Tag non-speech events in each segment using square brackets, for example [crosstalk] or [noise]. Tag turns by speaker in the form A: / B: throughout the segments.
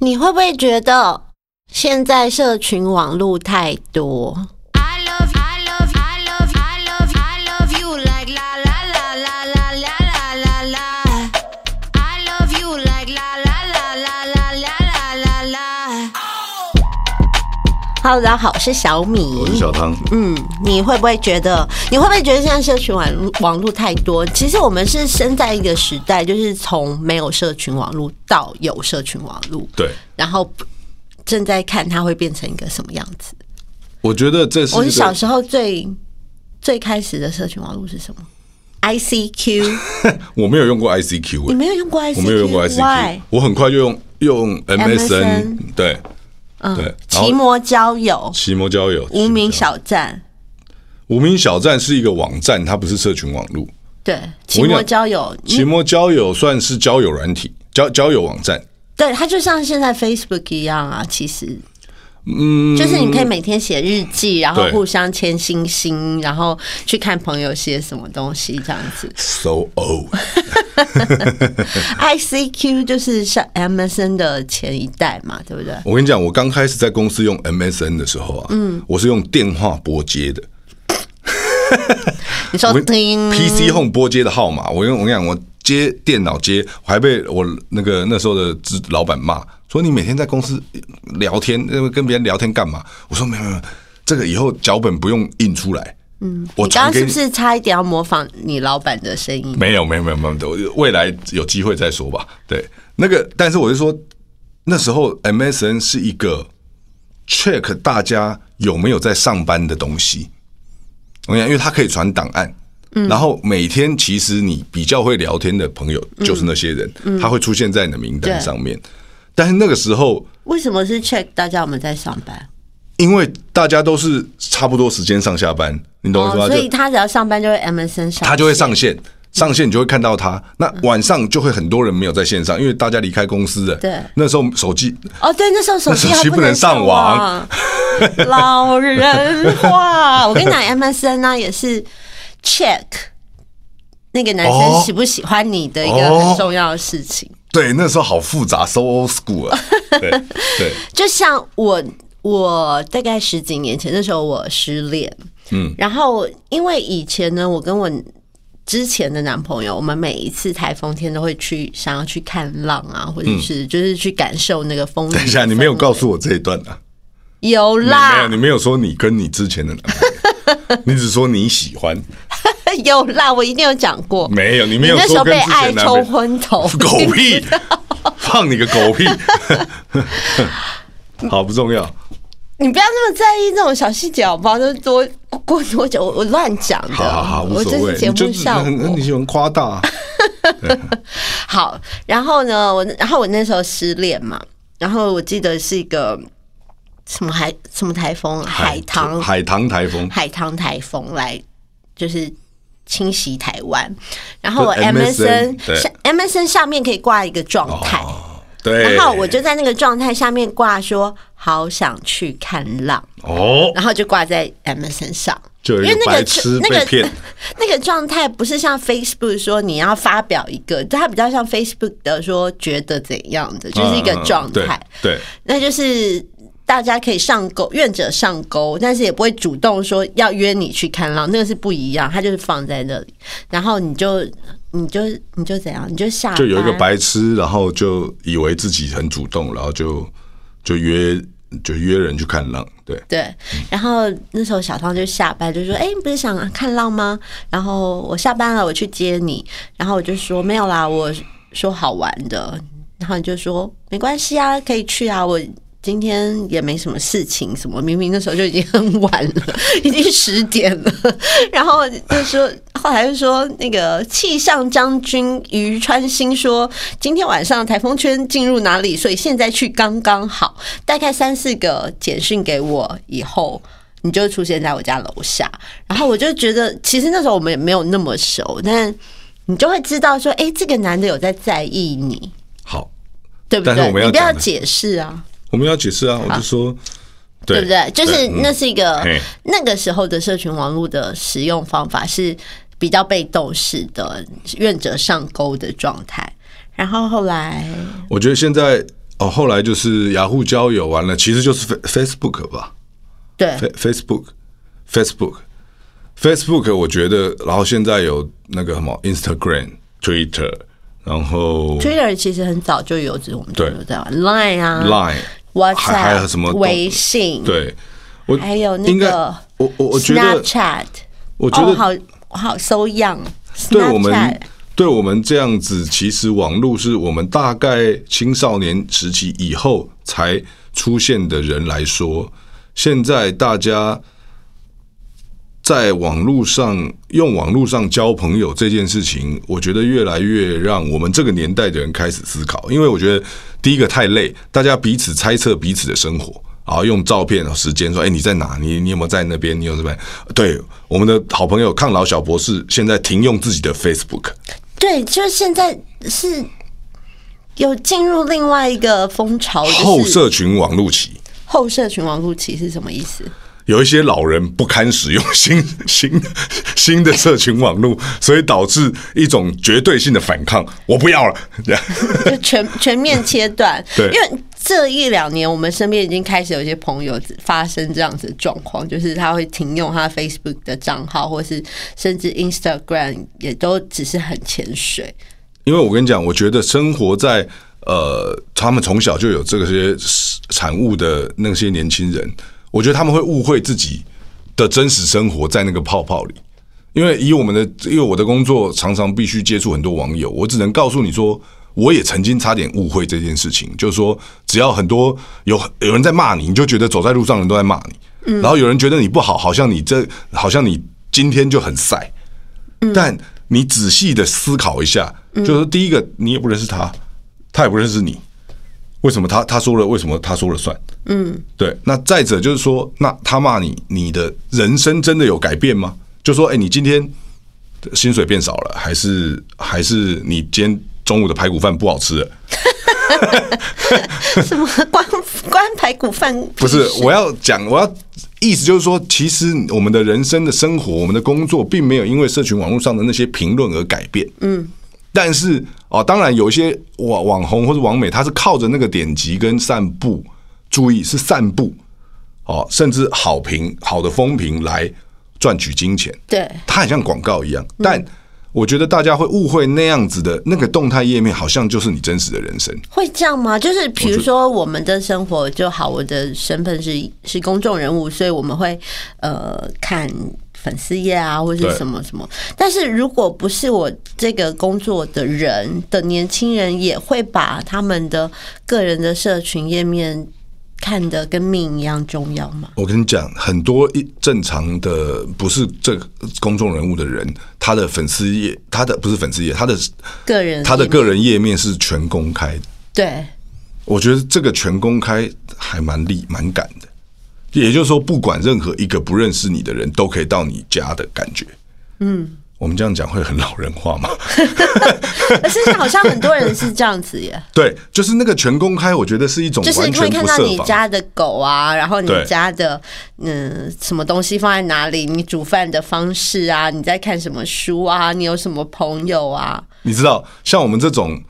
A: 你会不会觉得现在社群网络太多？
B: I love, I love, I love, I love, I love you like la la la la la la la la la. I love you like la la la la la la la la la.
A: Hello，大家好，我是小米，
C: 我是小汤，
A: 嗯，你会不会觉得？你会不会觉得现在社群网络网络太多？其实我们是生在一个时代，就是从没有社群网络到有社群网络，
C: 对，
A: 然后正在看它会变成一个什么样子。
C: 我觉得这是
A: 我是
C: 一
A: 小
C: 个，
A: 时候最最开始的社群网络是什么？ICQ，
C: [laughs] 我没有用过 ICQ，、
A: 你
C: 欸、
A: 没有用过 ICQ，
C: 我没有用过
A: why？
C: ICQ，我很快就用用 MSN，
A: MSN
C: 对，对，然
A: 嗯奇
C: 后
A: 摩交友、
C: 奇摩交友，
A: 无名
C: 奇摩交友
A: 小站，
C: 无名小站是一个网站，它不是社群网络。
A: 对，奇摩交友，
C: 奇
A: 嗯
C: 摩交友算是交友软体，交交友网站，
A: 对，它就像现在 Facebook 一样啊，其实。嗯，就是你可以每天写日记，然后
C: 对
A: 互相签星星，然后去看朋友写什么东西这样
C: [laughs]
A: 子。
C: so
A: [laughs]
C: old。
A: ICQ 就是像 MSN 的前一代嘛，对不对？
C: 我跟你讲，我刚开始在公司用 MSN 的时候啊，嗯，我是用电话拨接的
A: 你说听
C: ，PC Home 拨接的号码。我用我跟你讲，我接电脑接，我还被我那个那时候的资老板骂，说你每天在公司聊天，呃跟别人聊天干嘛？我说没有没有，这个以后脚本不用印出来。嗯，我
A: 你刚
C: 传
A: 刚
C: 给
A: 是不是差一点要模仿你老板的声音？
C: 没有没有没有没有，未来有机会再说吧。对，那个，但是我就说，那时候 MSN 是一个 check 大家有没有在上班的东西。我跟你讲，因为它可以传档案，
A: 嗯
C: 然后每天其实你比较会聊天的朋友就是那些人，他会出现在你的名单
A: 嗯对
C: 上面。但是那个时候，
A: 为什么是 check 大家有没有在上班？
C: 因为大家都是差不多时间上下班，你懂我意思吗？
A: 哦，所
C: 就
A: 以他只要上班就会 MSN 上，
C: 他就会上线，
A: 嗯
C: 上线你就会看到他。那晚上就会很多人没有在线上，因为大家离开公司了。
A: 对
C: 那时候手机
A: 哦，对，那时候手机
C: 那手
A: 还
C: 机
A: 不
C: 不
A: 能
C: 能上
A: 上网， [laughs] 老人话。我跟你
C: [laughs]
A: 讲，MSN 呢、也是 check 那个男生
C: 哦
A: 喜不喜欢你的一个
C: 哦
A: 很重要的事情。
C: 对，那时候好复杂，so old school
A: [laughs]
C: 啊。对对，
A: 就像我，我大概十几年前那时候我失恋，嗯，然后因为以前呢，我跟我之前的男朋友，我们每一次台风天都会去想要去看浪啊，或者是就是去感受那个风雨。
C: 嗯等一下，你没有告诉我这一段啊？
A: 有
C: 你没有，
A: [laughs] 啦
C: 你，没有说你跟你之前的男朋
A: [laughs]
C: 友，你只说你喜欢，
A: 有啦，我一定有讲过。
C: 没有，你没有
A: 你那时
C: 说
A: 候
C: 跟
A: 被
C: 之
A: 爱
C: 前男
A: 冲
C: 朋友。
A: 昏头， [laughs]
C: 狗屁！放你个狗屁！好不重要，
A: 你不要那么在意这种小细节，好不好？就是多过多久，我我乱讲的，
C: 好好好，无
A: 我
C: 所
A: 这
C: 谓。
A: 是节
C: 你就
A: 目
C: 是
A: 效
C: 很很
A: 果
C: 你。喜欢夸大啊，
A: 好，然后呢，我然后我那时候失恋嘛，然后我记得是一个什么海什么台风，啊海棠
C: 海棠台风，
A: 海棠台风来，就是。侵袭台湾，然后我
C: 就 MSN
A: MSN
C: 对
A: 下 MSN 下面可以挂一个状态，
C: 哦对，
A: 然后我就在那个状态下面挂说好想去看浪，
C: 哦，
A: 然后就挂在 MSN 上。
C: 就有一
A: 因为
C: 个
A: 那
C: 白
A: 个
C: 痴
A: 那
C: 被
A: 个
C: 骗
A: [laughs] 那个状态不是像 Facebook 说你要发表一个，它比较像 Facebook 的说觉得怎样的，就是一个状态，
C: 嗯嗯嗯对，对
A: 那就是大家可以上钩，愿者上钩，但是也不会主动说要约你去看浪，那个是不一样，它就是放在那里，然后你就你就你就怎样，你就下班
C: 就有一个白痴，然后就以为自己很主动，然后就就约就约人去看浪，对，
A: 对，然后那时候小汤就下班就说：“哎、你不是想看浪吗？”然后我下班了，我去接你。然后我就说：“没有啦，我说好玩的。”然后你就说：“没关系啊，可以去啊，我今天也没什么事情。”什么？明明那时候就已经很晚了，已经十点了。然后就说，后来就说那个气象将军于川新说，今天晚上台风圈进入哪里，所以现在去刚刚好。大概三四个简讯给我以后。你就出现在我家楼下，然后我就觉得，其实那时候我们也没有那么熟，但你就会知道说，哎、这个男的有在在意你，
C: 好，
A: 对不
C: 但是
A: 对？
C: 我们要
A: 你不要
C: 讲的
A: 解释啊，
C: 我们要解释啊，我就说，
A: 对不对？就是
C: 嗯
A: 那是一个
C: 嘿
A: 那个时候的社群网络的使用方法是比较被动式的，愿者上钩的状态。然后后来
C: 我觉得现在哦，后来就是雅虎交友完了，其实就是 Fa- Facebook 吧
A: 对，
C: ，Fa-，Facebook，Facebook，Facebook，我觉得，然后现在有那个什么 Instagram、Twitter，然后
A: Twitter 其实很早就有这种
C: 对
A: 就有在玩 Line 啊
C: Line，
A: WhatsApp
C: 还还有什么都
A: 微信，，
C: 对，我
A: 还有那个
C: 应该，我我我觉得，
A: Snapchat，
C: 我觉得
A: 哦、好我好收样。
C: 对我们
A: Snapchat，
C: 对我们这样子，其实网络是我们大概青少年时期以后才出现的人来说，现在大家在网络上用网络上交朋友这件事情，我觉得越来越让我们这个年代的人开始思考，因为我觉得第一个太累，大家彼此猜测彼此的生活。然后用照片、时间说：“哎，你在哪？你你有没有在那边？你有什么？”对，我们的好朋友抗老小博士现在停用自己的 Facebook，
A: 对，就是现在是有进入另外一个风潮，就是
C: 后社群网络期，
A: 后社群网络期是什么意思？
C: 有一些老人不堪使用新 [laughs] 新新的社群网络，所以导致一种绝对性的反抗。我不要了，这样。
A: 就全全面切断
C: [laughs] 对
A: 因为这一两年，我们身边已经开始有一些朋友发生这样子的状况，就是他会停用他 Facebook 的账号，或是甚至 Instagram 也都只是很潜水。 [laughs]
C: 因为我跟你讲，我觉得生活在呃，他们从小就有这些产物的那些年轻人，我觉得他们会误会自己的真实生活在那个泡泡里。因为以我们的，因为我的工作常常必须接触很多网友，我只能告诉你说，我也曾经差点误会这件事情，就是说，只要很多有有人在骂你，你就觉得走在路上的人都在骂你，然后有人觉得你不好，好像你这好像你今天就很晒，但你仔细的思考一下，就是第一个，你也不认识他，他也不认识你，为什么他他说了，为什么他说了算？嗯，对。那再者就是说，那他骂你，你的人生真的有改变吗？就说，哎、你今天薪水变少了，还是还是你今天中午的排骨饭不好吃了？
A: 什么关关排骨饭？
C: 不是，我要讲，我要意思就是说，其实我们的人生的生活，我们的工作，并没有因为社群网络上的那些评论而改变。嗯，但是哦，当然有一些网网红或者网美，他是靠着那个点击跟散布，注意是散布哦，甚至好评、好的风评来赚取金钱。
A: 对
C: 它很像广告一样，但我觉得大家会误会那样子的那个动态页面，好像就是你真实的人生。
A: 会这样吗？就是比如说我们的生活就好，我的身份是是公众人物，所以我们会呃看粉丝页啊，或
C: 对
A: 是什么什么。但是如果不是我这个工作的人的年轻人，也会把他们的个人的社群页面看得跟命一样重要吗？
C: 我跟你讲，很多一正常的不是这个公众人物的人，他的粉丝页，他的不是粉丝页，他的
A: 个人
C: 他的
A: 页面
C: 个人页面是全公开的。
A: 对
C: 我觉得这个全公开还蛮厉蛮敢的，也就是说，不管任何一个不认识你的人都可以到你家的感觉。嗯，我们这样讲会很老人化吗？ [laughs]
A: 可是好像很多人是这样子耶，
C: 对，就是那个全公开，我觉得是一种
A: 就是
C: 完
A: 你会
C: 全
A: 看
C: 不
A: 到
C: 设
A: 你
C: 防。
A: 家的狗啊，然后你
C: 对
A: 家的嗯什么东西放在哪里，你煮饭的方式啊，你在看什么书啊，你有什么朋友啊，
C: 你知道，像我们这种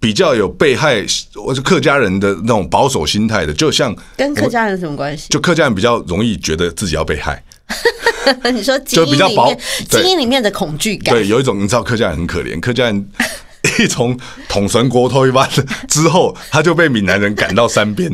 C: 比较有被害，我是客家人的那种保守心态的，就像
A: 跟客家人有什么关系？
C: 就客家人比较容易觉得自己要被害，
A: [laughs] 你说基
C: 就
A: 因
C: 比较
A: 里
C: 薄
A: 面基
C: 对
A: 因里面的恐惧感，
C: 对，有一种你知道客家人很可怜，客家人一从统神国偷一般之后，他就被闽南人赶到
A: [laughs]
C: 山边，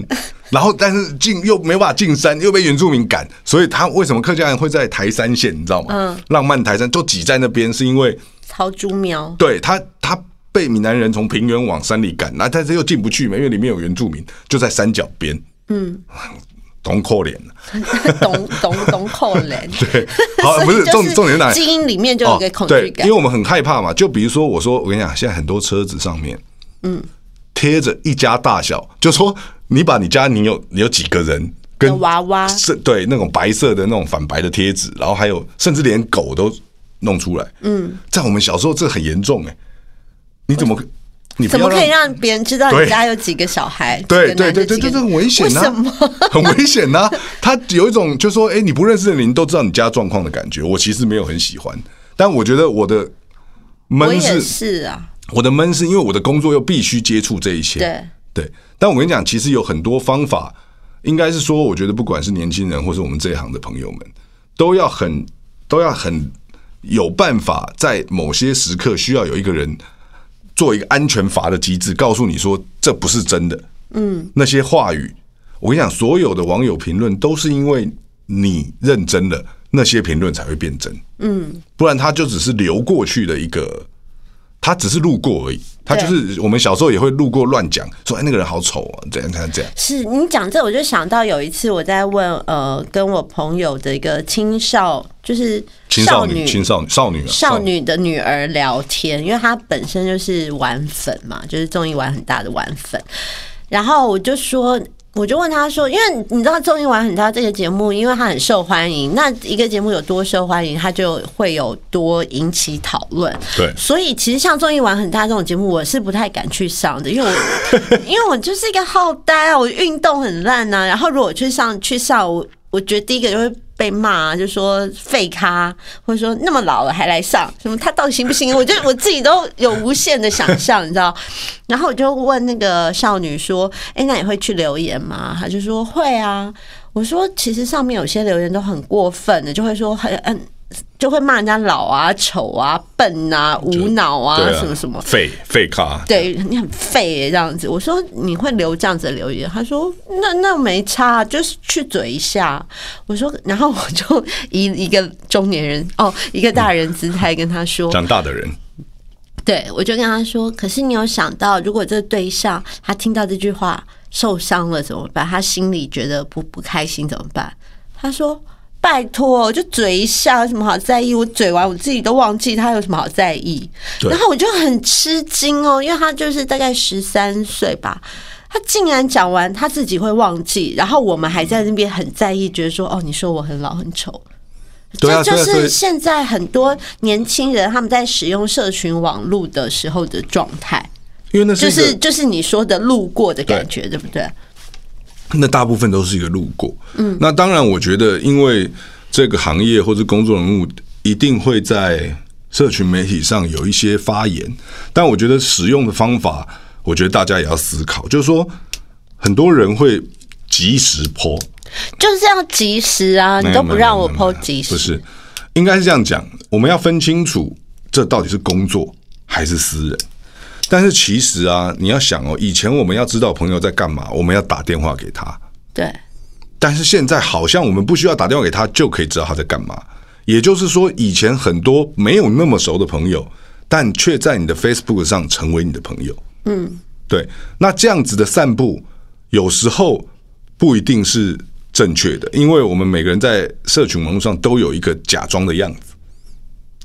C: 然后但是进又没办法进山，又被原住民赶，所以他为什么客家人会在台山县，你知道吗？
A: 嗯
C: 浪漫台山都挤在那边，是因为
A: 超猪喵，
C: 对他，他被闽南人从平原往山里赶，那啊但是又进不去嘛，因为里面有原住民，就在山脚边。嗯，懂扣脸
A: 懂懂懂扣脸，
C: [laughs] 对，好，
A: [laughs] 所以
C: 哦不是
A: 就
C: 重重点哪里？
A: 基因里面就有一个恐惧
C: 哦对，因
A: 感
C: 为，我们很害怕嘛。就比如说，我说我跟你讲，现在很多车子上面，嗯，贴着一家大小，就说你把你家你有你有几个人跟
A: 有娃娃
C: 是对那种白色的那种反白的贴纸，然后还有甚至连狗都弄出来。嗯，在我们小时候这很严重哎、你怎么可你不
A: 怎
C: 要
A: 么可以让别人知道
C: 对
A: 你家有几个小孩？几
C: 对
A: 个
C: 对
A: 男
C: 对
A: 的
C: 对
A: 几个
C: 对，这很危险啊呐、
A: 为什么？
C: [laughs] 很危险呐、他有一种就说，哎、你不认识的人都知道你家状况的感觉。我其实没有很喜欢，但我觉得我的
A: 我
C: 闷
A: 也
C: 是
A: 是啊，
C: 我的闷是因为我的工作又必须接触这一些，
A: 对
C: 对，但我跟你讲，其实有很多方法，应该是说，我觉得不管是年轻人或是我们这一行的朋友们，都要很都要很有办法，在某些时刻需要有一个人做一个安全阀的机制，告诉你说这不是真的。嗯，那些话语，我跟你讲，所有的网友评论都是因为你认真了，那些评论才会变真。嗯，不然他就只是流过去的一个他只是路过而已，他就是我们小时候也会路过乱讲，说哎那个人好丑啊，怎样怎样怎样。
A: 是你讲这，我就想到有一次我在问呃，跟我朋友的一个青少，就是
C: 青少女、青少女、少女啊，
A: 少女的女儿聊天，因为她本身就是玩粉嘛，就是综艺玩很大的玩粉。然后我就说，我就问她说，因为你知道综艺玩很大这个节目，因为它很受欢迎，那一个节目有多受欢迎，它就会有多引起讨论。
C: 对
A: 所以其实像综艺玩很大这种节目，我是不太敢去上的，因为我因为我就是一个好呆啊，我运动很烂呐、然后如果我去上去上，我我觉得第一个就会被骂、啊，就说废咖，或者说那么老了还来上，什么他到底行不行？我就我自己都有无限的想象，你知道？然后我就问那个少女说：“哎、那你会去留言吗？”她就说：“会啊。”我说：“其实上面有些留言都很过分的，就会说很嗯。”就会骂人家老啊、丑啊、笨啊、无脑啊
C: 对，
A: 什么什么，
C: 废废咖，
A: 对你很废欸耶这样子。我说你会留这样子的留言，他说那那没差，就是去嘴一下。我说，然后我就以一个中年人哦，一个大人姿态跟他说，
C: 长大的人
A: 对我就跟他说，可是你有想到，如果这对象他听到这句话受伤了怎么办？他心里觉得不不开心怎么办？他说。拜托，我就嘴一下，有什么好在意？我嘴完我自己都忘记，他有什么好在意？
C: 对
A: 然后我就很吃惊哦，因为他就是大概十三岁吧，他竟然讲完他自己会忘记，然后我们还在那边很在意，觉得说哦，你说我很老很丑。
C: 对啊
A: 这就
C: 对啊所以
A: 是现在很多年轻人他们在使用社群网络的时候的状态，
C: 因为那是
A: 就
C: 一个
A: 是就是你说的路过的感觉，对不对？
C: 那大部分都是一个路过。嗯，那当然，我觉得因为这个行业或者工作人物一定会在社群媒体上有一些发言，但我觉得使用的方法，我觉得大家也要思考，就是说很多人会及时泼，
A: 就是要及时啊，你都不让我
C: 没有没有
A: PO 及时，
C: 不是，应该是这样讲，我们要分清楚这到底是工作还是私人。但是其实啊，你要想哦，以前我们要知道朋友在干嘛，我们要打电话给他，
A: 对
C: 但是现在好像我们不需要打电话给他就可以知道他在干嘛。也就是说，以前很多没有那么熟的朋友，但却在你的 Facebook 上成为你的朋友。嗯，对。那这样子的散步，有时候不一定是正确的，因为我们每个人在社群网络上都有一个假装的样子。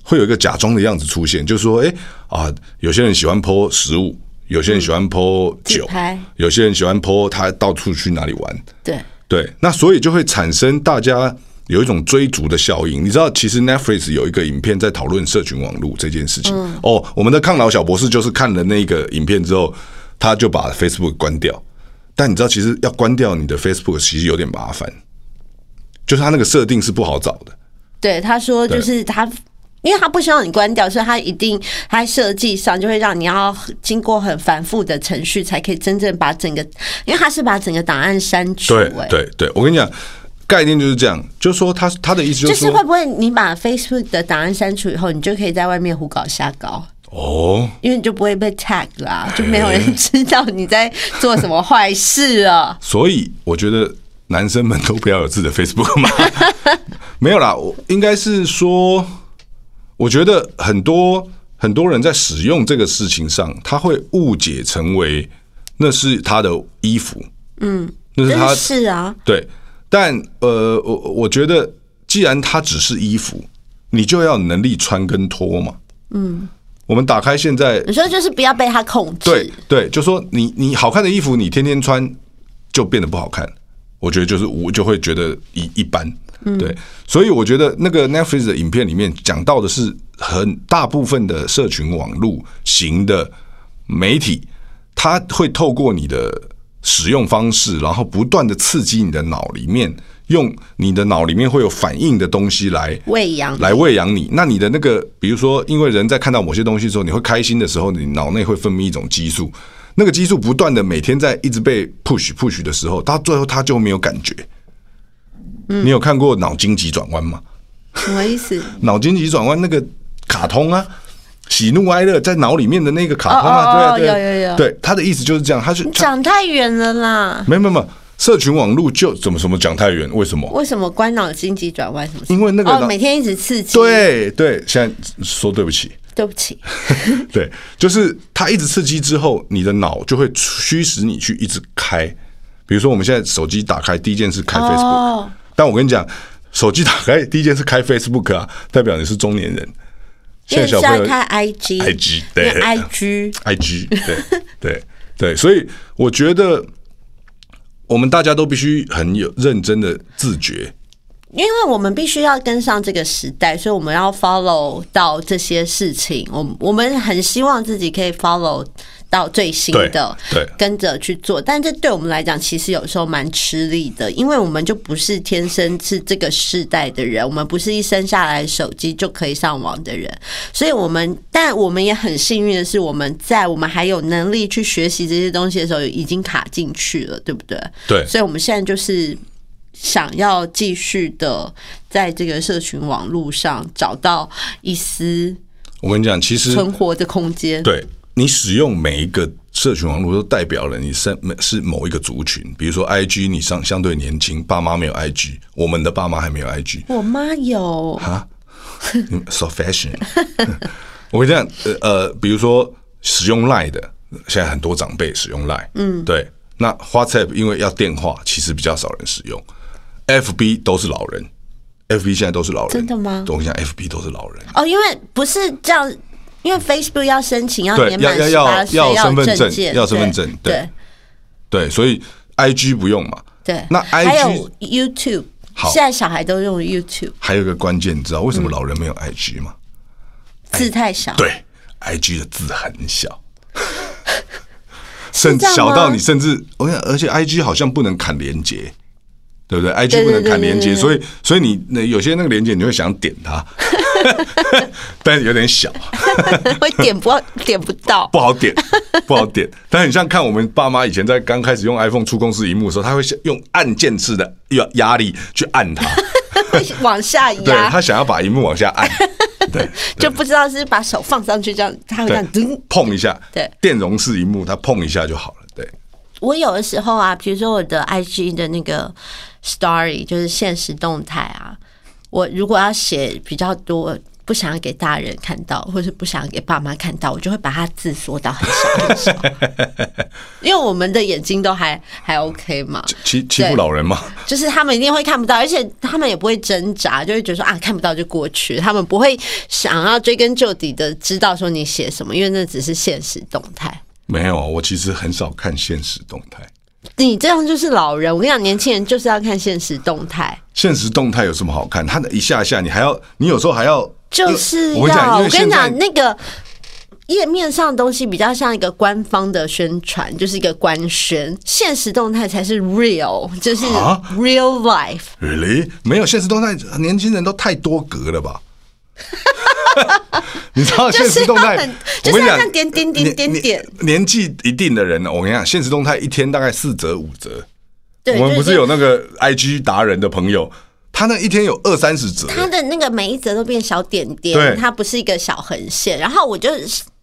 C: 会有一个假装的样子出现，就是说，哎啊，有些人喜欢 po 食物，有些人喜欢 po 酒
A: 嗯自拍，
C: 有些人喜欢 po 他到处去哪里玩，
A: 对。
C: 对，那所以就会产生大家有一种追逐的效应。你知道，其实 Netflix 有一个影片在讨论社群网络这件事情。
A: 嗯
C: 哦，我们的抗老小博士就是看了那个影片之后，他就把 Facebook 关掉。但你知道，其实要关掉你的 Facebook 其实有点麻烦，就是它那个设定是不好找的。
A: 对，他说就是他。因为他不希望你关掉，所以他一定他设计上就会让你要经过很繁复的程序，才可以真正把整个，因为他是把整个档案删除、
C: 对
A: 欸，
C: 对对，我跟你讲，概念就是这样，就是说他他的意思就
A: 就是是
C: 说，
A: 会不会你把 Facebook 的档案删除以后，你就可以在外面胡搞瞎搞，
C: 哦，。
A: 因为你就不会被 tag 啦，就没有人知道你在做什么坏事啊了
C: [laughs] 所以我觉得男生们都不要有自己的 Facebook 嘛， [laughs] 没有啦，我应该是说，我觉得很多很多人在使用这个事情上，他会误解成为那是他的衣服，嗯，那是
A: 真
C: 他
A: 的是啊，
C: 对，但呃，我我觉得，既然它只是衣服，你就要有能力穿跟脱嘛，嗯，我们打开现在
A: 你说就是不要被他控制，
C: 对对，就说你你好看的衣服，你天天穿就变得不好看。我觉得就是我就会觉得一一般，对，所以我觉得那个 Netflix 的影片里面讲到的是很大部分的社群网络型的媒体，它会透过你的使用方式，然后不断的刺激你的脑里面，用你的脑里面会有反应的东西来
A: 喂养
C: 来喂养你。那你的那个，比如说，因为人在看到某些东西之后，你会开心的时候，你脑内会分泌一种激素，那个激素不断的每天在一直被 push push 的时候，到最后他就没有感觉。你有看过脑筋急转弯吗？
A: 什么意
C: [laughs]
A: 思？
C: 脑筋急转弯那个卡通啊，喜怒哀乐在脑里面的那个卡通
A: 哦哦
C: 啊，
A: 哦
C: 对啊，对啊
A: 有有有
C: 对，他的意思就是这样，他是
A: 你
C: 他
A: 讲太远了啦！
C: 没有没有没有，社群网络就怎么什么讲太远，为什么？
A: 为什么关脑筋急转弯什么事？
C: 因为那个
A: 哦，
C: 脑
A: 每天一直刺激。，
C: 对对，现在说对不起，
A: 对不起，
C: 对，就是它一直刺激之后，你的脑就会驱使你去一直开。比如说，我们现在手机打开，第一件事开 Facebook，、
A: 哦
C: 但我跟你讲，手机打开第一件事开 Facebook 啊，代表你是中年人。
A: 因
C: [laughs] 现
A: 为
C: 在
A: 是
C: 小朋
A: 要
C: 友
A: 看 IG。
C: IG
A: 因
C: 对
A: 为 IG
C: IG，对对对，所以我觉得我们大家都必须很有认真的自觉，
A: 因为我们必须要跟上这个时代，所以我们要 follow 到这些事情。我我们很希望自己可以 follow 到最新的，
C: 对对
A: 跟着去做。但这对我们来讲，其实有时候蛮吃力的，因为我们就不是天生是这个世代的人，我们不是一生下来手机就可以上网的人。所以，我们但我们也很幸运的是，我们在我们还有能力去学习这些东西的时候，已经卡进去了，对不对？
C: 对
A: 所以我们现在就是想要继续的在这个社群网络上找到一丝
C: 我跟你讲，其实
A: 存活的空 [laughs] 间。
C: 对你使用每一个社群网络，都代表了你是是某一个族群。比如说 IG，你相相对年轻，爸妈没有 IG，我们的爸妈还没有 IG，
A: 我妈有，
C: 嗯，so fashion。我跟你讲，呃呃，比如说使用 Line 的，现在很多长辈使用 Line，嗯，对。那 WhatsApp 因为要电话，其实比较少人使用，FB 都是老人，FB 现在都是老人，
A: 真的吗
C: 我跟你讲，FB 都是老人。
A: 哦，因为不是这样，因为 Facebook 要申请，要
C: 对
A: 年满
C: 要
A: 十
C: 要
A: 八岁，
C: 要要身份
A: 证
C: 证
A: 件，
C: 要身份证对
A: 对
C: 对，所以 IG 不用嘛。
A: 对。
C: 那 IG
A: 还有 YouTube，
C: 好
A: 现在小孩都用 YouTube，
C: 还有一个关键，你知道为什么老人
A: 嗯
C: 没有 IG 吗？
A: 字太小。
C: 哎对，IG 的字很
A: [laughs]
C: 小，甚
A: 这样吗
C: 小到你甚至，我想，而且 IG 好像不能砍连接，对不对
A: 对
C: ？IG
A: 对
C: 不能砍连
A: 对
C: 接，
A: 对对
C: 所以所以你那有些那个连接你会想点它， [laughs] 但有点小，
A: [laughs] 会点不点不到。
C: [laughs] 不好点，不好点。但很像看我们爸妈以前在刚开始用 iPhone 触控式荧幕的时候，他会用按键式的压压力去
A: [laughs]
C: 按它，
A: 往下
C: 对
A: 压，
C: 他想要把荧幕往下按，对。
A: 就不知道是把手放上去这样，它会这样
C: 对
A: 噔，
C: 碰一下，
A: 对
C: 电容式荧幕，它碰一下就好了，对，
A: 我有的时候啊，比如说我的 IG 的那个 story，就是现实动态啊，我如果要写比较多，不想要给大人看到，或者不想要给爸妈看到，我就会把它字缩到很小很小，因为我们的眼睛都还还 OK 嘛，
C: 欺欺负
A: 对
C: 老人嘛，
A: 就是他们一定会看不到，而且他们也不会挣扎，就会觉得说啊看不到就过去，他们不会想要追根究底的知道说你写什么，因为那只是现实动态。
C: [laughs] 没有，我其实很少看现实动态。
A: 你这样就是老人，我跟你讲，年轻人就是要看现实动态。
C: 现实动态有什么好看？它的一下下，你还要，你有时候还要，
A: 就是
C: 因为我
A: 要
C: 跟你讲，因
A: 我
C: 为
A: 跟
C: 现
A: 你
C: 在
A: 讲，那个页面上的东西比较像一个官方的宣传，就是一个官宣，现实动态才是 real，就是
C: 啊
A: real life。
C: really 没有现实动态，年轻人都太多格了吧？ [laughs] 你知道
A: 就是
C: 现实动态
A: 要很，
C: 我
A: 就
C: 跟
A: 是
C: 你
A: 要
C: 讲，
A: 看点点点
C: 年
A: 点
C: 年
A: 点
C: 年纪一定的人呢，我跟你讲，现实动态一天大概四折五折。
A: 对，
C: 我们不
A: 就是
C: 有那个 IG 达人的朋友，他那一天有二三十折，
A: 它的那个每一则都变小点点，
C: 对
A: 它不是一个小横线。然后我就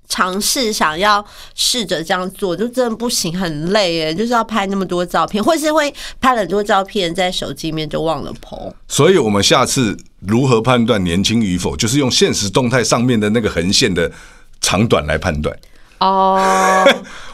A: 尝试想要试着这样做，就真的不行，很累耶，就是要拍那么多照片，或是会拍了很多照片在手机里面就忘了剖。
C: 所以我们下次如何判断年轻与否，就是用现实动态上面的那个横线的长短来判断。
A: 哦，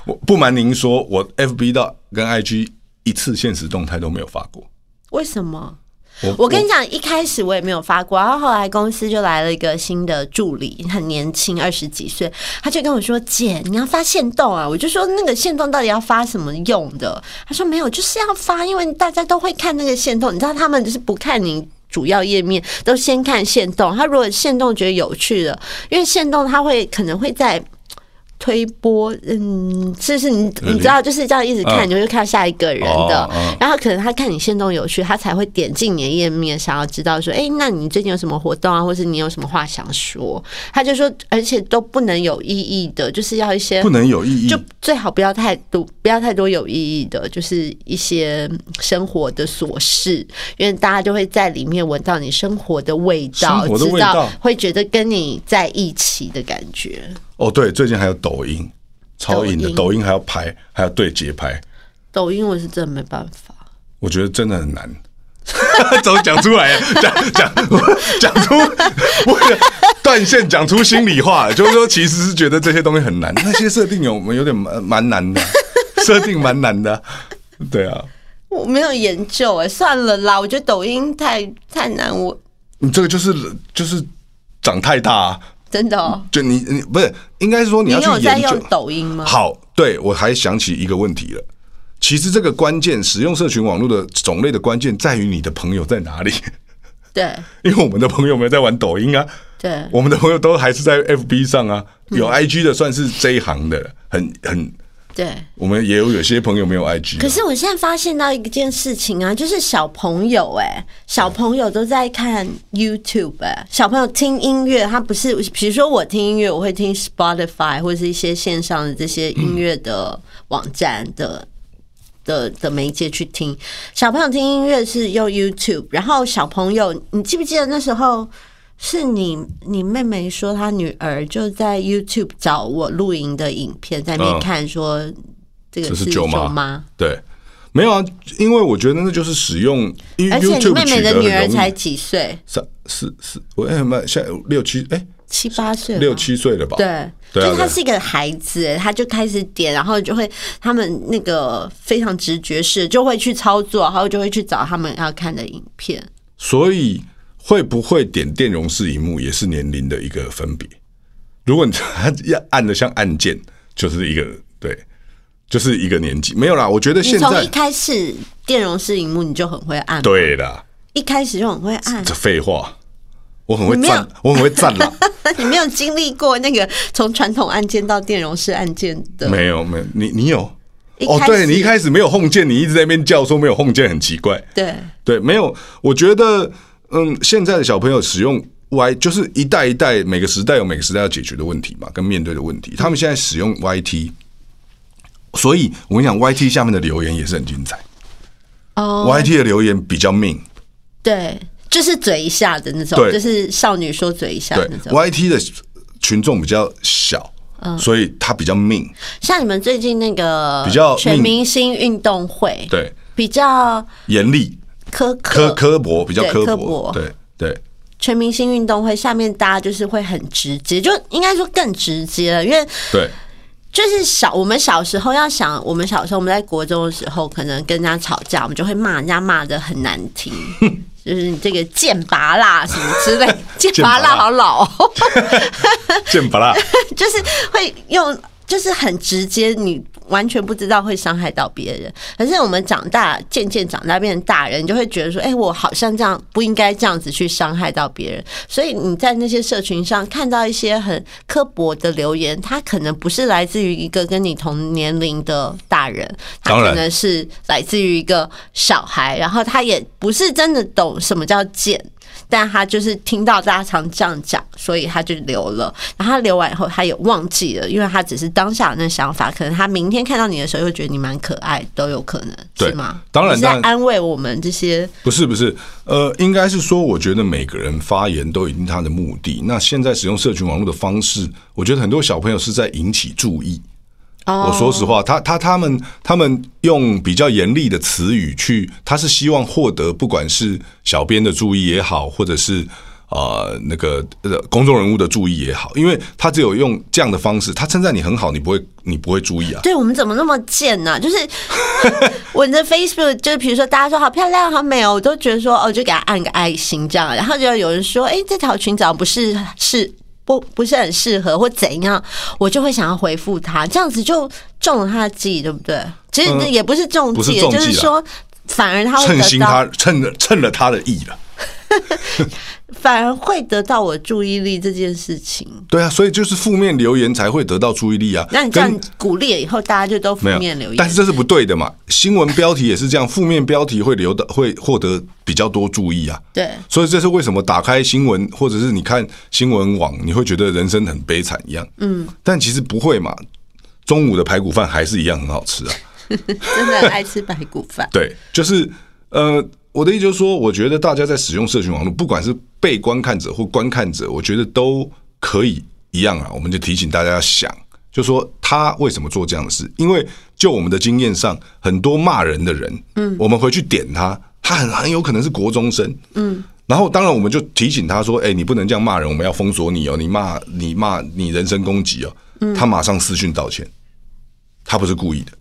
C: 我不瞒您说，我 FB 到跟 IG 一次现实动态都没有发过。
A: 为什么？
C: 我
A: 我跟你讲，一开始我也没有发过，然后后来公司就来了一个新的助理，很年轻，二十几岁，他就跟我说：“姐，你要发现动啊！”我就说：“那个现动到底要发什么用的？”他说：“没有，就是要发，因为大家都会看那个现动，你知道他们就是不看你。”主要页面都先看线动，他如果线动觉得有趣的，因为线动他会可能会在推播，嗯，就是你你知道，就是这样一直看，
C: 嗯
A: 你就会看下一个人的
C: 哦嗯，
A: 然后可能他看你线动有趣，他才会点进你的页面，想要知道说，哎、那你最近有什么活动啊，或是你有什么话想说？他就说，而且都不能有意义的，就是要一些
C: 不能有意义
A: 就。最好不要太多，不要太多有意义的，就是一些生活的琐事，因为大家就会在里面闻到你生活的味道，
C: 生活的味
A: 知
C: 道
A: 道会觉得跟你在一起的感觉。
C: 哦，对，最近还有抖音，超瘾的
A: 抖音
C: 抖音还要拍，还要对节拍，
A: 抖音我是真的没办法，
C: 我觉得真的很难。 [laughs] 怎么讲出来？讲讲 [laughs] 讲出，为了断线讲出心里话，就是说，其实是觉得这些东西很难，那些设定有我们有点蛮蛮难的，啊设定蛮难的，对啊。
A: 我没有研究哎、算了啦，我觉得抖音太太难，我
C: 你这个就是就是长太大、啊，
A: 真的、哦。
C: 就你你不是应该是说你
A: 你
C: 要
A: 有
C: 去
A: 在
C: 研
A: 用
C: 究。
A: 抖音吗？
C: 好，对我还想起一个问题了。其实这个关键，使用社群网络的种类的关键在于你的朋友在哪里，
A: 对
C: 因为我们的朋友没有在玩抖音啊，
A: 对，
C: 我们的朋友都还是在 FB 上啊，
A: 嗯
C: 有 IG 的算是这一行的，很很，
A: 对。
C: 我们也有有些朋友没有 IG，啊
A: 可是我现在发现到一件事情啊，就是小朋友哎、小朋友都在看 YouTube 哎、小朋友听音乐，他不是，比如说我听音乐，我会听 Spotify 或是一些线上的这些音乐的网站的。的的媒介去听，小朋友听音乐是用 YouTube，然后小朋友，你记不记得那时候是你你妹妹说她女儿就在 YouTube 找我露营的影片，在那边
C: 嗯
A: 看说这个
C: 这是
A: 是
C: 舅妈
A: 妈，
C: 对，没有啊，因为我觉得那就是使用，因为
A: 而且你
C: YouTube
A: 妹妹的
C: 取得很
A: 女儿
C: 容易
A: 才几岁，
C: 三四四，我哎妈，现在六七哎
A: 七八岁吧，
C: 六七岁了
A: 啊
C: 吧？
A: 对。
C: 对啊
A: 就是她
C: 对啊
A: 是一个孩子，她就开始点，然后就会他们那个非常直觉式，就会去操作，然后就会去找他们要看的影片。
C: 所以会不会点电容式荧幕也是年龄的一个分别。如果你要按的像按键，就是一个对，就是一个年纪没有啦。我觉得
A: 你
C: 现
A: 从一
C: 在
A: 开始电容式荧幕你就很会按，，
C: 对啦，
A: 一开始就很会
C: [laughs]
A: 按，
C: 这废话，我很会
A: 你没有
C: 赞，我很会赞啦。
A: 但你没有经历过那个从传统按键到电容式按键的，
C: 没有没有，你你有
A: 一
C: 哦？
A: 开始
C: 对你一开始没有 home 键，你一直在那边叫说没有 home 键很奇怪。
A: 对
C: 对，没有，我觉得，嗯，现在的小朋友使用 Y，就是一代一代，每个时代有每个时代要解决的问题嘛，跟面对的问题。他们现在使用 YT，所以我跟你讲，YT 下面的留言也是很精彩。
A: 哦
C: YT 的留言比较命，
A: 对，就是嘴一下的那种，
C: 对
A: 就是少女说嘴一下
C: 对
A: 那种。
C: ，YT 的群众比较小，
A: 嗯
C: 所以它比较命。
A: 像你们最近那个
C: 比较
A: 全
C: 命
A: 明星运动会，
C: 对，
A: 比较
C: 严厉、
A: 苛
C: 刻
A: 刻。
C: 刻薄，比较
A: 对
C: 刻
A: 刻
C: 薄
A: 薄，
C: 对对。
A: 全明星运动会下面大家就是会很直接，就应该说更直接了，因为
C: 对， [laughs]
A: 就是小我们小时候要想，我们小时候我们在国中的时候，可能跟人家吵架，我们就会骂人家骂的很难
C: [laughs]
A: 听。就是你这个剑拔啦什么之
C: [laughs]
A: 类，剑拔
C: 剑拔
A: 啦
C: 辣
A: 好老、哦，
C: 剑拔啦，
A: [laughs] 就是会用，就是很直接，你完全不知道会伤害到别人。可是我们长大，渐渐长大变成大人，你就会觉得说，哎、我好像这样不应该这样子去伤害到别人。所以你在那些社群上看到一些很刻薄的留言，他可能不是来自于一个跟你同年龄的大人，他
C: 当然
A: 可能是来自于一个小孩，然后他也不是真的懂什么叫贱。但他就是听到大家常这样讲，所以他就留了。然后他留完以后，他也忘记了，因为他只是当下有那想法，可能他明天看到你的时候，又觉得你蛮可爱，都有可能，
C: 对
A: 是吗？
C: 当然
A: 你是在
C: 当然
A: 安慰我们这些
C: 不是不是，呃，应该是说，我觉得每个人发言都有一定他的目的。那现在使用社群网络的方式，我觉得很多小朋友是在引起注意。我说实话，他他他们他们用比较严厉的词语去，他是希望获得不管是小编的注意也好，或者是呃那个呃公众人物的注意也好，因为他只有用这样的方式，他称赞你很好，你不会你不会注意啊。
A: 对我们怎么那么贱呢、 [laughs] 就是我的 Facebook，就是比如说大家说好漂亮、好美哦，我都觉得说哦，就给他按个爱心这样。然后就有人说，哎、这条裙长不是是不不是很适合或怎样，我就会想要回复他，这样子就中了他的计，对不对？其实
C: 嗯
A: 也不是中
C: 不是
A: 计，
C: 中计
A: 就是
C: 啦
A: 说，反而他会
C: 称
A: 得
C: 心
A: 到
C: 他趁了趁了他的意了，
A: 反而会得到我注意力这件事情。
C: 对啊，所以就是负面留言才会得到注意力啊。
A: 那你这样
C: 跟
A: 鼓励了以后，大家就都负
C: 没有
A: 面留言，
C: 但是这是不对的嘛。新闻标题也是这样， [laughs] 负面标题会留的会获得比较多注意啊。
A: 对
C: 所以这是为什么打开新闻或者是你看新闻网，你会觉得人生很悲惨一样。嗯，但其实不会嘛，中午的排骨饭还是一样很好吃啊。。
A: 真的很爱吃排骨饭
C: 对，就是呃，我的意思就是说，我觉得大家在使用社群网络，不管是被观看者或观看者，我觉得都可以一样啊。我们就提醒大家要想，就说他为什么做这样的事？因为就我们的经验上，很多骂人的人，嗯，我们回去点他，他很很有可能是国中生，嗯。然后，当然，我们就提醒他说：“哎、你不能这样骂人，我们要封锁你哦！你骂你骂你人身攻击哦！”他马上私讯道歉，他不是故意的。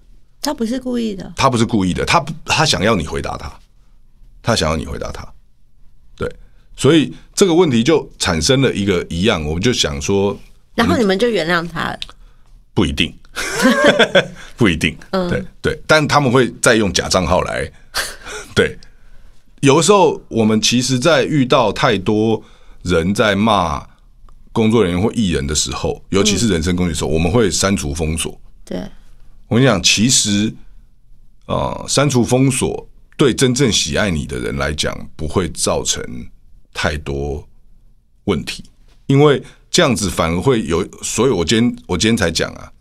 A: 他不是故意的，
C: 他不是故意的，他不他想要你回答他，他想要你回答他，对，所以这个问题就产生了一个一样，我们就想说
A: 然后你们就原谅他了。
C: 不一定， [laughs] 不一定，对对，但他们会再用假账号来，对，有的时候我们其实，在遇到太多人在骂工作人员或艺人的时候，尤其是人身攻击的时候，我们会删除封锁，
A: 对，
C: 我跟你讲，其实，呃，删除封锁对真正喜爱你的人来讲，不会造成太多问题，因为这样子反而会有。所以我今天我今天才讲啊，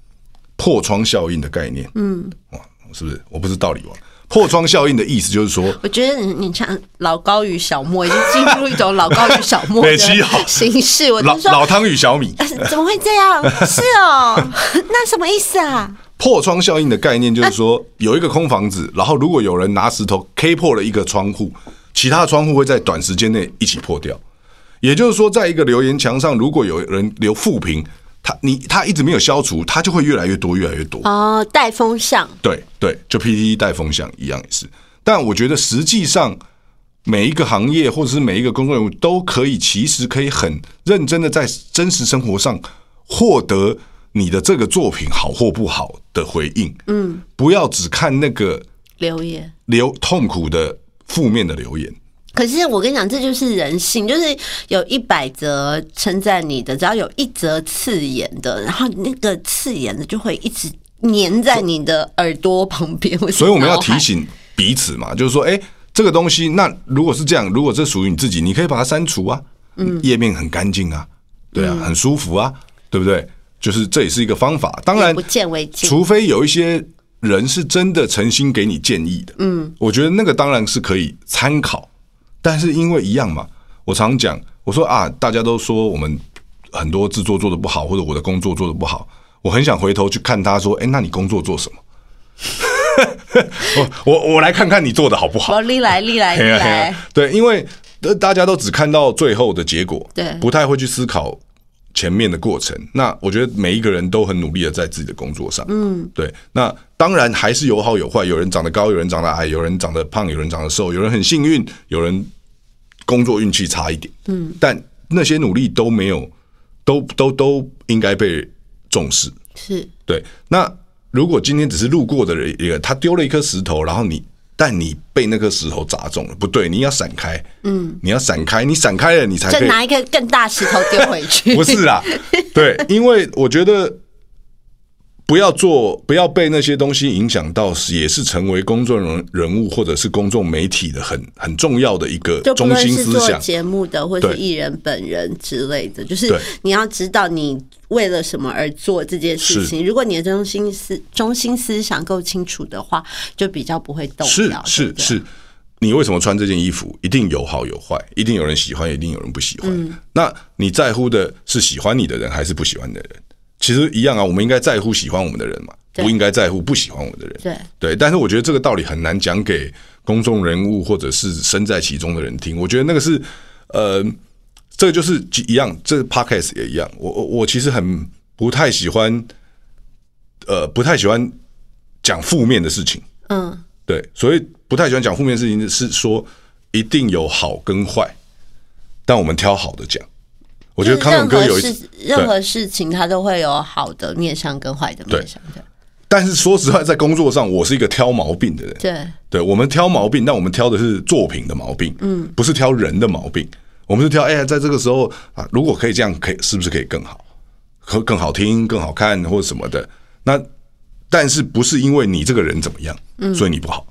C: 破窗效应的概念。嗯，哇，是不是？我不是道理王。破窗效应的意思就是说，
A: 我觉得你你像老高与小莫已经进入一种老高与小莫
C: [laughs] 北
A: 的
C: 齐好
A: 形式，我
C: 老
A: 就
C: 老
A: 说。呃
C: 汤与小米，
A: 怎么会这
C: [laughs]
A: 样？是哦， [laughs] 那什么意思啊？
C: 破窗效应的概念就是说，有一个空房子，然后如果有人拿石头 K 破了一个窗户，其他的窗户会在短时间内一起破掉。也就是说，在一个留言墙上，如果有人留负评，他你他一直没有消除，他就会越来越多，越来越多。
A: 哦，带风向，
C: 对对，就 PTT 带风向一样也是。但我觉得实际上，每一个行业或者是每一个工作人员都可以，其实可以很认真的在真实生活上获得你的这个作品好或不好的回应。嗯，不要只看那个
A: 留言。
C: 留痛苦的负面的留言。
A: 可是我跟你讲，这就是人性，就是有一百则称赞你的，只要有一则刺眼的，然后那个刺眼的就会一直粘在你的耳朵旁边。
C: 所以我们要
A: 或是脑
C: 提
A: 海，
C: 醒彼此嘛，就是说，哎、这个东西，那如果是这样，如果这属于你自己，你可以把它删除啊，嗯，页面很干净啊，对
A: 嗯
C: 啊，很舒服啊，对不对？就是这也是一个方法，当然
A: 眼不见为净。
C: 除非有一些人是真的诚心给你建议的，嗯，我觉得那个当然是可以参考，但是因为一样嘛，我常讲，我说啊，大家都说我们很多制作做的不好，或者我的工作做的不好，我很想回头去看他说，哎、那你工作做什么？ [laughs] 我我我来看看你做的好不好
A: 我。哦历来历来历
C: 嘿啊嘿啊
A: 来，
C: 对，因为呃大家都只看到最后的结果，
A: 对
C: 不太会去思考前面的过程。那我觉得每一个人都很努力的在自己的工作上，嗯，对。那当然还是有好有坏，有人长得高，有人长得矮，有人长得胖，有人长得瘦，有人很幸运，有人工作运气差一点，嗯，但那些努力都没有，都都都应该被重视。
A: 是
C: 对，那如果今天只是路过的人，一个他丢了一颗石头，然后你，但你被那颗石头砸中了，不对，你要闪开，嗯，你要闪开，你闪开了，你才可
A: 再
C: 以，
A: 拿一个更大石头丢回去。
C: [laughs] 不是啦，对，因为我觉得不要做，不要被那些东西影响到，是也是成为公众人人物或者是公众媒体的很很重要的一个
A: [laughs] 就不
C: 中
A: 论
C: 心
A: 是
C: 思
A: 做
C: 想。
A: 节目的，或是
C: 对
A: 艺人本人之类的，就是
C: 对
A: 你要知道你为了什么而做这件事
C: 是
A: 情。如果你的中心思中心思想够清楚的话，就比较不会动
C: 是
A: 摇。对
C: 是
A: 不对，
C: 是，你为什么穿这件衣服？一定有好有坏，一定有人喜欢，一定有人不喜欢。
A: 嗯
C: 那你在乎的是喜欢你的人还是不喜欢的人？其实一样啊，我们应该在乎喜欢我们的人嘛，
A: 对
C: 不应该在乎不喜欢我们的人。
A: 对
C: 对，但是我觉得这个道理很难讲给公众人物或者是身在其中的人听。我觉得那个是，呃，这就是一样，这 podcast 也一样。我我我其实很不太喜欢，呃，不太喜欢讲负面的事情。
A: 嗯，
C: 对，所以不太喜欢讲负面事情，是说一定有好跟坏，但我们挑好的讲。我觉得
A: 就是
C: 康永
A: 任
C: 哥
A: 何
C: 有一
A: 事
C: 次，
A: 任何事情，它都会有好的面向跟坏的
C: 对
A: 面向的。
C: 但是说实话，在工作上，我是一个挑毛病的人。
A: 对，
C: 对，我们挑毛病，但我们挑的是作品的毛病，嗯，不是挑人的毛病。我们是挑，哎、呀，在这个时候啊，如果可以这样，可以是不是可以更好，可更好听、更好看或者什么的？那但是不是因为你这个人怎么样，
A: 嗯
C: 所以你不好？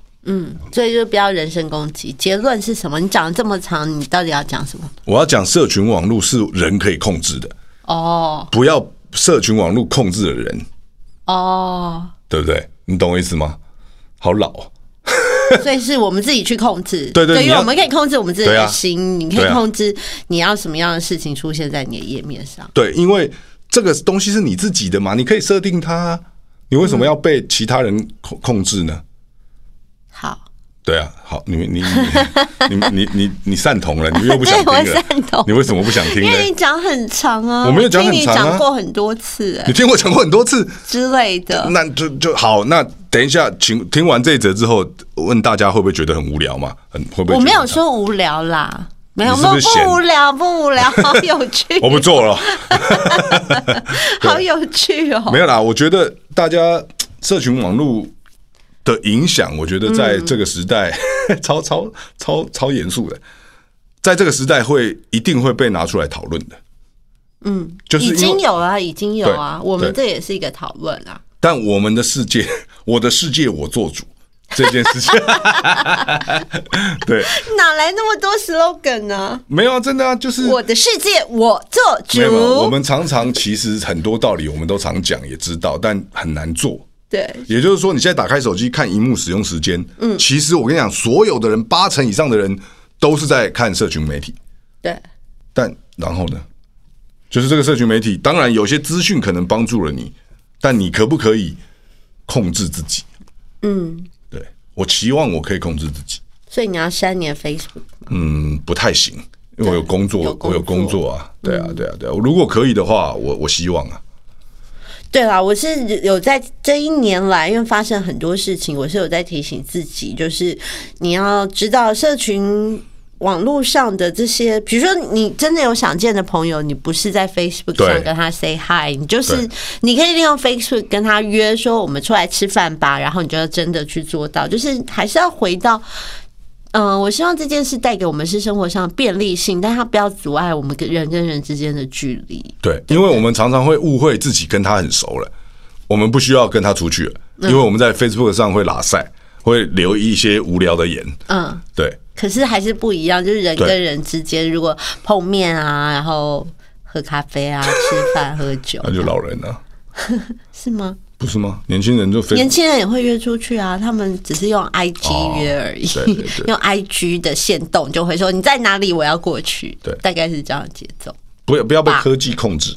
A: 所以就不要人身攻击。结论是什么？你讲了这么长，你到底要讲什么？
C: 我要讲社群网络是人可以控制的，
A: 哦
C: 不要社群网络控制的人，
A: 哦，
C: 对不对？你懂我意思吗？好老哦，
A: 所以是我们自己去控制。
C: 对对
A: 因
C: 你
A: 为
C: 要
A: 我们可以控制我们自己
C: 对啊
A: 的心，你可
C: 对
A: 以
C: 啊
A: 控制你要什么样的事情出现在你的页面上。
C: 对，因为这个东西是你自己的嘛，你可以设定它啊，你为什么要被其他人控控制呢？
A: 好，
C: 对啊，好，你你你你你你你善同了，你又不想
A: [laughs]
C: 听
A: 对我
C: 了
A: 善，同
C: 你为什么不想听
A: 因
C: 呢？
A: 为你讲很长啊，
C: 我没有讲很
A: 听你
C: 长啊
A: 讲过很多次、
C: [laughs]
A: 哎
C: 你听我讲过很多次，
A: 之类的。
C: 那就就好。那等一下，请听完这一则之后，问大家会不会觉得很无聊嘛？很会不会？
A: 我没有，说无聊啦，没有，
C: 你
A: 没有
C: 是不是闲
A: 不无聊，不无
C: [laughs]
A: 聊，好有趣，
C: 我不做了，
A: 好有趣哦。
C: 没有啦。我觉得大家社群网络的影响，我觉得在
A: 嗯
C: 这个时代、 [laughs] 超超超超严肃的，在这个时代会一定会被拿出来讨论的。嗯，就是因
A: 已
C: 为
A: 经有啊，已经有啊，
C: 对
A: 我们
C: 对
A: 这也是一个讨论啊。
C: 但我们的世界， [laughs] 我的世界我做主这件
A: [laughs]
C: 事情，对，
A: 哪来那么多 slogan 呢？
C: 没有啊，真的啊，就是
A: 我的世界我做主。
C: 没有没有，我们常常其实很多道理我们都常讲也知道，但很难做。
A: 对
C: 也就是说，你现在打开手机看荧幕使用时间，嗯，其实我跟你讲，所有的人八成以上的人都是在看社群媒体，
A: 对
C: 但然后呢，就是这个社群媒体，当然有些资讯可能帮助了你，但你可不可以控制自己？嗯，对我期望我可以控制自己。
A: 所以你要删你的 Facebook，
C: 嗯，不太行，因为我有工作，
A: 有工作
C: 我有工作啊，对啊，对啊，对啊。如果可以的话，我我希望啊，
A: 对啦，我是有在这一年来，因为发生很多事情，我是有在提醒自己，就是你要知道社群网络上的这些，比如说你真的有想见的朋友，你不是在 Facebook
C: 对
A: 上跟他 say hi，你就是
C: 对
A: 你可以利用 Facebook 跟他约说我们出来吃饭吧，然后你就要真的去做到，就是还是要回到。嗯，我希望这件事带给我们是生活上的便利性，但它不要阻碍我们跟人跟人之间的距离。
C: 对，因为我们常常会误会自己跟他很熟了，我们不需要跟他出去了，
A: 嗯
C: 因为我们在 Facebook 上会拉塞，会留一些无聊的言，
A: 嗯，
C: 对
A: 可是还是不一样，就是人
C: 对
A: 跟人之间，如果碰面啊，然后喝咖啡啊、吃饭、喝酒
C: 那，就老人啊，
A: 是吗？
C: 不是吗？年轻人就 Facebook
A: 年轻人也会约出去啊，他们只是用 IG 约而已，
C: 哦对对对
A: [laughs] 用 IG 的线动就会说你在哪里，我要过去，
C: 对
A: 大概是这样的节奏，
C: 不要不要被
A: 吧
C: 科技控制，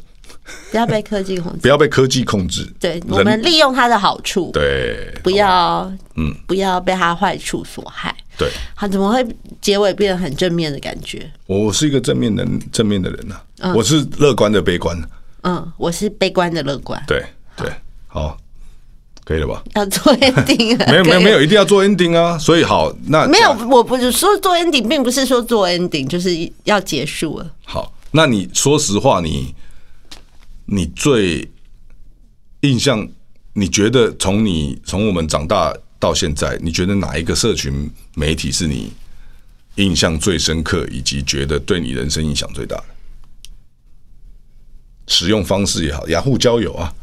A: 不要被科技控制
C: 不。要被科技控制，
A: 对，我
C: 人
A: 们利用它的好处，
C: 对
A: 不要，嗯，不要被它坏处所害。
C: 对，
A: 它怎么会结尾变得很正面的感觉？
C: 我我是一个正面的正面的人呐、啊，我是乐观的悲观，
A: 嗯，我是悲观的乐观，
C: 对对，好，可以了吧？
A: [laughs] 要做 ending 了。
C: [laughs] 没有没有
A: 呃可以
C: 没有，一定要做 ending 啊！所以好，那
A: 没有，我不是说做 ending，并不是说做 ending，就是要结束了。
C: 好，那你说实话，你你最印象，你觉得从你从我们长大到现在，你觉得哪一个社群媒体是你印象最深刻，以及觉得对你人生影响最大的？使用方式也好，雅虎交友啊，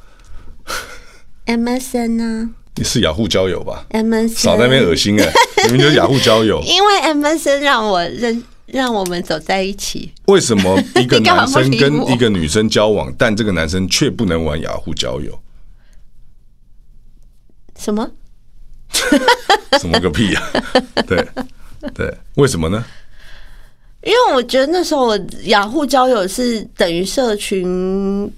A: MSN 呢、
C: 你是雅虎交友吧？
A: m s n
C: 少在那边恶心哎、
A: [laughs]
C: 你们就是雅虎交友。
A: 因为 MSN 让我认，让我们走在一起。
C: 为什么一个
A: [laughs] 你干嘛
C: 男
A: 不
C: 生
A: 理
C: 跟
A: 我
C: 一个女生交往，但这个男生却不能玩雅虎交友？
A: 什么？
C: 什么个屁呀、对对，为什么呢？
A: 因为我觉得那时候我雅虎交友是等于社群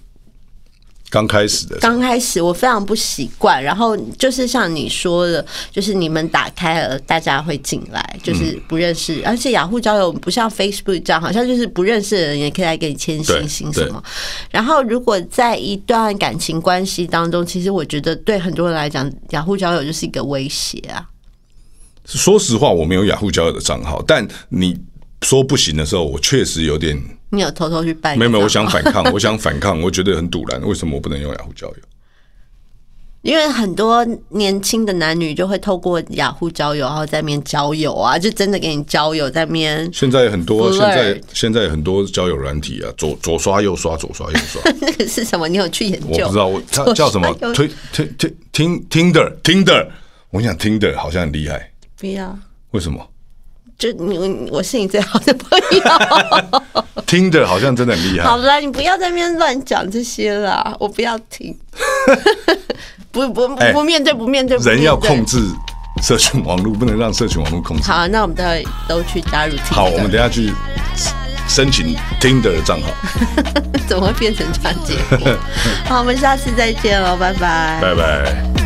C: 刚开始的时候
A: 刚开始，我非常不习惯。然后就是像你说的，就是你们打开了，大家会进来，
C: 嗯
A: 就是不认识。而且雅虎交友不像 Facebook 这样，好像就是不认识的人也可以来给你签
C: 对
A: 星星什
C: 对
A: 么。然后，如果在一段感情关系当中，其实我觉得对很多人来讲，雅虎交友就是一个威胁啊。
C: 说实话，我没有雅虎交友的账号，但你说不行的时候，我确实有点
A: 哎你有偷偷去办一个
C: 没有没有，我
A: 账
C: 想
A: 号
C: 反抗，我想反抗，我觉得很堵然，为什么我不能用雅虎交友？
A: [laughs] 因为很多年轻的男女就会透过雅虎交友，然后在面交友啊，就真的给你交友在面。
C: 现在有很多，
A: Flirt
C: 现在现在有很多交友软体啊，左左刷右刷，左刷右
A: [laughs]
C: 刷，
A: [laughs] 那个是什么？你有去研
C: 我
A: 究？
C: 不知道我它
A: 左
C: 叫什么
A: 刷右，
C: 推推推听 Tinder Tinder，我想 Tinder 好像很厉害，
A: 不要，
C: 为什么
A: 就你你我是你最好的朋
C: [laughs]
A: 友。
C: Tinder 好像真的很厉
A: 好
C: 害？
A: 了，你不要在那边乱讲这些啦，我不要听。 [laughs] 不不不
C: 哎
A: 不面对不面对，不
C: 人要
A: 面对
C: 控。制社群网络，不能让社群网络控制。
A: 好，那我们待会都去加入 Tinder。
C: 好，
A: [laughs]
C: 我们等一下去申请 Tinder 的账号， [laughs]
A: 怎么会变成这样结果？好，我们下次再见喽，拜拜。
C: 拜拜。